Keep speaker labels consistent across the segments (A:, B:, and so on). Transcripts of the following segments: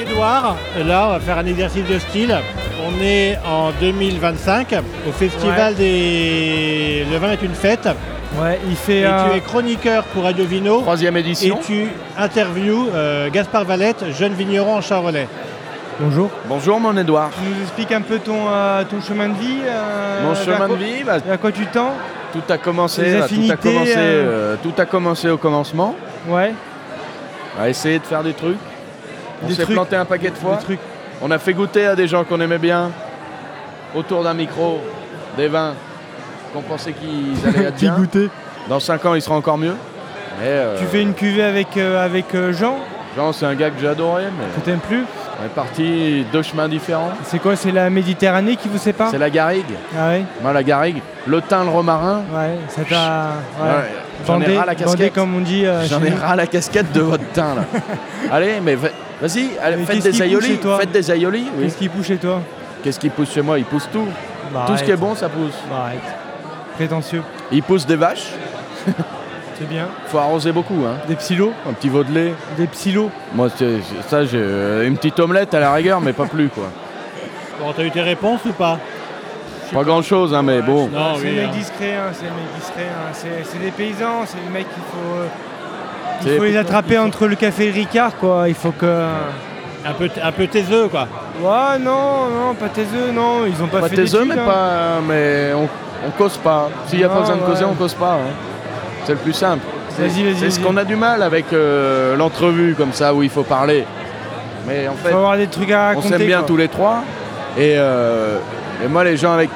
A: Édouard. Et là, on va faire un exercice de style. On est en 2025 au festival des. Le vin est une fête.
B: Ouais, il fait.
A: Et tu
B: euh,
A: es chroniqueur pour Radio Vino.
C: Troisième
A: Et
C: édition.
A: tu interviews euh, Gaspard Valette, jeune vigneron en Charolais.
B: Bonjour.
C: Bonjour mon Edouard.
B: Tu nous expliques un peu ton, euh, ton chemin de vie euh,
C: Mon
B: vers
C: chemin de
B: quoi-
C: vie, bah,
B: Vers quoi tu tends
C: tout a commencé,
B: Les
C: bah, tout, a
B: affinités,
C: commencé
B: euh,
C: euh, tout a commencé au commencement.
B: Ouais.
C: À essayer de faire des trucs. On
B: Des
C: s'est
B: trucs.
C: planté un paquet de fois.
B: Des trucs.
C: On a fait goûter à des gens qu'on aimait bien, autour d'un micro, des vins qu'on pensait qu'ils allaient être bien.
B: goûter.
C: Dans 5 ans, il sera encore mieux. Mais, euh,
B: Tu fais une cuvée avec, euh, avec euh, Jean,
C: Jean, c'est un gars que j'adorais,
B: que
C: mais
B: t'aimes plus.
C: on est parti deux chemins différents.
B: C'est quoi C'est la Méditerranée qui vous sépare
C: C'est la garrigue.
B: Ah ouais
C: Moi, la garrigue, le thym, le romarin.
B: Ouais, ça t'a. Ouais.
C: Ouais, J'en ai
B: Bandé-
C: ras la
B: bandé,
C: casquette.
B: comme on dit. euh,
C: J'en
B: chez
C: ai
B: nous.
C: ras la casquette de votre teint là. allez, mais va- vas-y, allez,
B: Mais
C: faites
B: qu'est-ce qui
C: des
B: pousse
C: aïolis,
B: chez toi
C: faites des aïolis. oui.
B: Qu'est-ce qui pousse chez toi
C: Qu'est-ce qui pousse chez moi Il pousse tout.
B: Bah,
C: Tout ce qui est
B: arrête.
C: bon, ça pousse.
B: Bah, arrête. Prétentieux,
C: Il pousse des vaches.
B: c'est bien.
C: Faut arroser beaucoup, hein.
B: Des psylos
C: Un petit veau de lait.
B: Des psylos
C: Moi, c'est- c'est- ça, j'ai euh, une petite omelette à la rigueur, mais pas plus quoi.
A: Bon, t'as eu tes réponses ou pas
C: Pas grand chose, hein, mais bon.
A: Non,
B: Ah, C'est
A: oui,
B: des mecs
A: hein.
B: discrets, hein, c'est des mecs discrets. hein. C'est- C'est des paysans, c'est des mecs qu'il faut. euh, il
C: C'est-
B: faut les attraper entre le café et le Ricard, quoi. Il faut que.
A: un peu, un peu tes œufs, quoi.
B: Ouais, non, non, pas tes œufs, non. Ils ont pas,
C: Pas
B: fait
C: tes œufs, mais
B: d'études, hein.
C: pas. Mais on, on cause pas. S'il n'y a
B: Non,
C: pas besoin de causer,
B: ouais.
C: on cause pas. hein. C'est le plus simple. C'est-
B: Vas-y, vas-y,
C: C'est ce
B: vas-y.
C: qu'on a du mal avec euh, l'entrevue comme ça où il faut parler. Mais en fait.
B: Faut avoir des trucs à
C: On
B: raconter.
C: s'aime bien
B: quoi.
C: tous les trois. Et, euh, et moi, les gens avec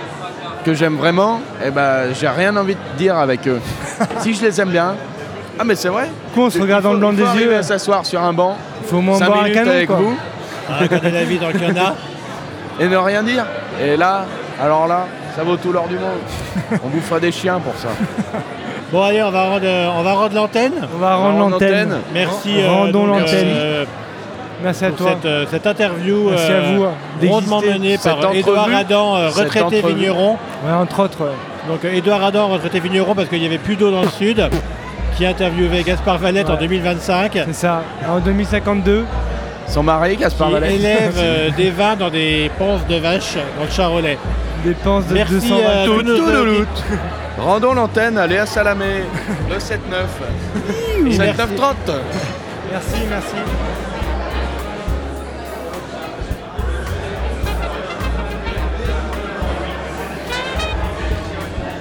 C: que j'aime vraiment, eh ben, j'ai rien envie de dire avec eux. si je les aime bien, ah mais c'est vrai.
B: Du coup, on se regarde dans le blanc
C: Il
B: des
C: faut arriver
B: yeux.
C: à s'asseoir sur un banc,
B: Il faut au moins
C: 5
B: boire un
C: minutes
B: canon,
C: avec
B: quoi.
C: vous,
A: Ah, regardez la vie dans le canard.
C: et ne rien dire. Et là, alors là, ça vaut tout l'or du monde. on bouffera des chiens pour ça.
A: Bon, allez, on va rendre, euh, on va rendre l'antenne.
B: On va
C: On va
B: rendre
C: rendre
B: l'antenne.
C: l'antenne.
A: Merci euh,
B: Rendons
A: donc,
B: l'antenne.
A: euh,
B: Merci à
A: pour
B: toi.
A: cette, euh, cette interview euh,
B: Merci à vous, hein,
A: rondement
B: d'exister.
A: menée par
C: Cette entrevue.
A: Édouard Adam, euh,
C: Cette
A: retraité
C: entrevue.
A: vigneron.
B: Ouais, entre autres, ouais.
A: Donc euh, Édouard Adam, retraité vigneron parce qu'il n'y avait plus d'eau dans le sud, qui interviewait Gaspard Valette en
B: Ouais.
A: 2025, qui
B: c'est ça. En 2052,
C: Son mari, Gaspard Valais.
A: élève euh, des vins dans des ponces de vaches dans le Charolais.
B: dépense de
A: Merci,
B: 220
A: euh,
C: Tout,
A: tous nos
C: tout,
A: auditeurs.
C: louloute. Rendons l'antenne à Léa Salamé, le 7-9. 7-9-30.
B: Merci, merci.